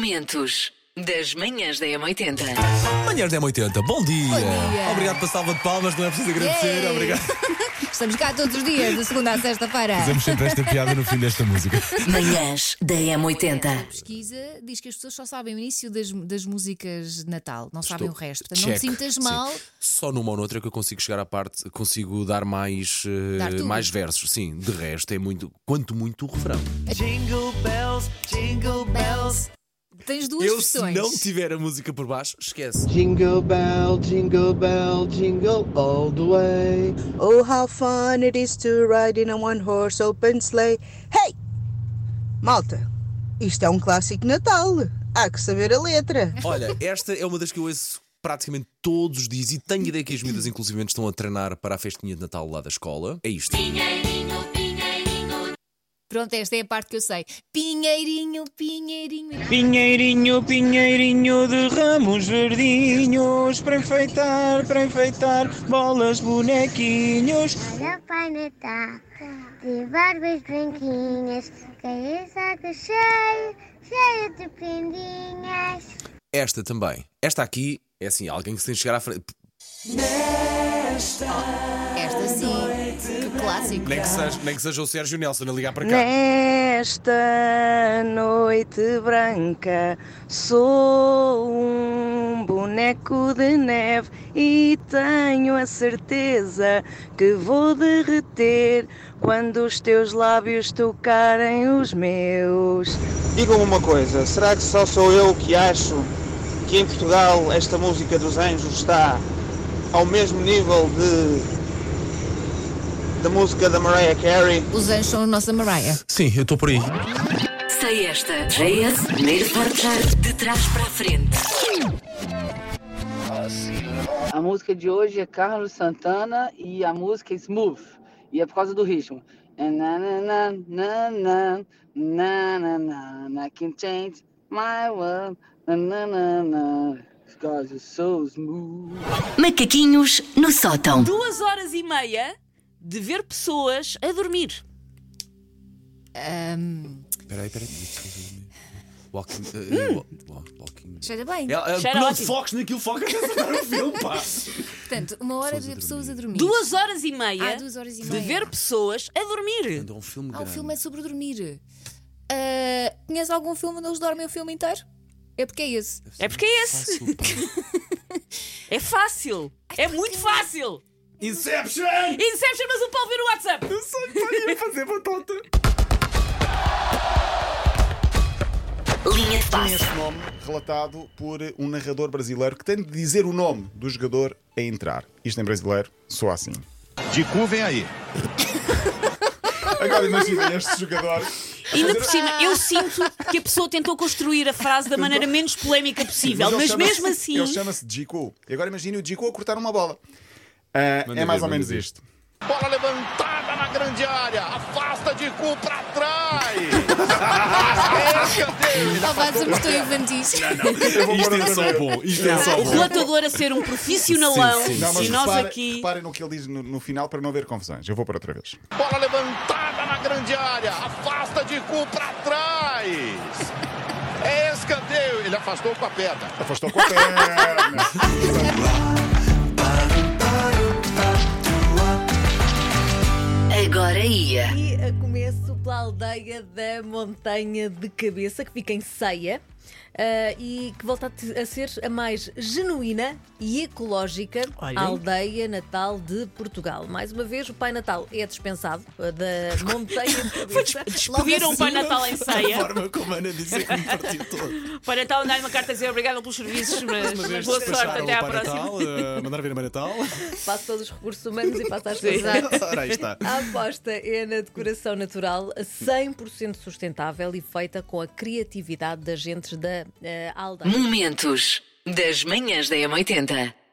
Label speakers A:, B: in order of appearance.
A: Momentos das manhãs da M80.
B: Manhãs da M80, bom dia.
C: Bom dia.
B: Obrigado pela salva de palmas, não é preciso agradecer.
C: Yay!
B: Obrigado.
C: Estamos cá todos os dias, de segunda à sexta-feira.
B: Fazemos sempre esta piada no fim desta música.
A: Manhãs da
C: A
A: M80.
C: pesquisa diz que as pessoas só sabem o início das, das músicas de Natal, não sabem o resto. Portanto, não
B: Check.
C: te sintas
B: Sim.
C: mal.
B: Só numa ou noutra que eu consigo chegar à parte, consigo dar mais, eh,
C: Dar tudo.
B: mais versos. Sim, de resto é muito, quanto muito o refrão.
D: Jingle bells, jingle bells.
C: Tens duas
B: eu, se
C: versões.
B: não tiver a música por baixo, esquece.
D: Jingle bell, jingle bell, jingle all the way.
E: Oh, how fun it is to ride in a one horse open sleigh. Hey! Malta, isto é um clássico de Natal. Há que saber a letra.
B: Olha, esta é uma das que eu ouço praticamente todos os dias e tenho ideia que as miúdas, inclusive, estão a treinar para a festinha de Natal lá da escola. É isto.
C: Pronto, esta é a parte que eu sei. Pinheirinho, pinheirinho.
F: Pinheirinho, pinheirinho de ramos verdinhos Para enfeitar, para enfeitar bolas, bonequinhos
G: Olha o Pai Natal de barbas branquinhas, cabeça cheio, cheio de prendinhas.
B: Esta também. Esta aqui é assim, alguém que se tem que chegar à frente.
C: Esta sim. Que clássico.
B: Nem que seja, nem que seja o Sérgio Nelson a ligar para cá.
H: Né?
I: Nesta noite branca sou um boneco de neve e tenho a certeza que vou derreter quando os teus lábios tocarem os meus.
F: Digam uma coisa, será que só sou eu que acho que em Portugal esta música dos anjos está ao mesmo nível de da música da Mariah Carey?
C: Os anjos são a nossa Mariah.
B: Sim, eu estou por aí.
A: Sei esta. JS, primeiro forjar de trás para a frente.
J: A música de hoje é Carlos Santana e a música é Smooth. E é por causa do ritmo. É na, na, na, na, na, na, na, na, na, I can change my world. Na, na, na, na. Because you're so smooth.
A: Macaquinhos no sótão.
H: duas horas e meia de ver pessoas a dormir.
B: Peraí, peraí. Walking. eh, wa- wa- walking.
C: Cheira bem.
B: Ela- ela-
H: Hum. Cheira
B: não te
H: ótimo.
B: foques naquilo, focas a acertar o filme, pá.
C: Portanto, uma hora de pessoas a dormir.
H: Duas horas e meia,
C: Ah, duas horas e
H: de
C: meia.
H: ver pessoas a dormir.
B: É um filme
C: Ah, o
B: grande.
C: filme é sobre dormir. Ah, conhece algum filme onde eles dormem o filme inteiro? É porque é esse.
H: É porque é esse.
B: Fácil, pá.
H: É fácil. É muito fácil.
B: Inception!
H: Inception, mas o Paulo vira o WhatsApp.
B: Ia fazer batota.
A: Linha de passe.
K: Esse nome relatado por um narrador brasileiro que tem de dizer o nome do jogador a entrar. Isto em brasileiro soa assim.
F: Dicu vem aí.
K: Agora imagina este jogador.
H: Ainda por cima, eu sinto que a pessoa tentou construir a frase da maneira menos polémica possível,
K: ele
H: mas
K: chama-se-
H: mesmo assim.
K: Ele chama-se Dico. E agora imagina o Dico a cortar uma bola. Ah,
B: Manda
K: é mais
B: ver,
K: ou menos
B: manda ver.
K: isto.
F: Bola levantada na grande área, afasta Dicu pra trás.
C: Talvez somos tão infantis.
B: Isto é só bom. Isto é só
H: O
B: bom.
H: relatador a ser um profissionalão
B: Sim, sim.
K: Não, mas
H: e nós
K: reparem,
H: aqui.
K: reparem no que ele diz no, no final para não haver confusões. Eu vou para outra vez.
F: Bola levantada na grande área, afasta de cu pra trás. É escanteio, ele afastou com a perna.
K: Afastou com a perna.
A: Agora ia.
L: E a começo pela aldeia da Montanha de Cabeça, que fica em Ceia, ah, e que volta a te- a ser a mais genuína e ecológica
H: Olhem.
L: aldeia natal de Portugal. Mais uma vez, o Pai Natal é dispensado ah, da Montanha de Cabeça. assim.
H: Despediram o Pai Natal em ceia.
B: forma como a Ana disse que me partiu todo.
H: O Pai Natal dá-lhe uma carta a dizer obrigado pelos serviços, mas boa sorte, até à próxima.
B: eh, mandar ver a Natal.
L: Passa todos os recursos humanos e passa as
H: Sim.
L: coisas.
B: Ora, aí está.
L: A aposta é na decoração natural 100% sustentável e feita com a criatividade das gentes da eh, aldeia.
A: Momentos das manhãs da M80.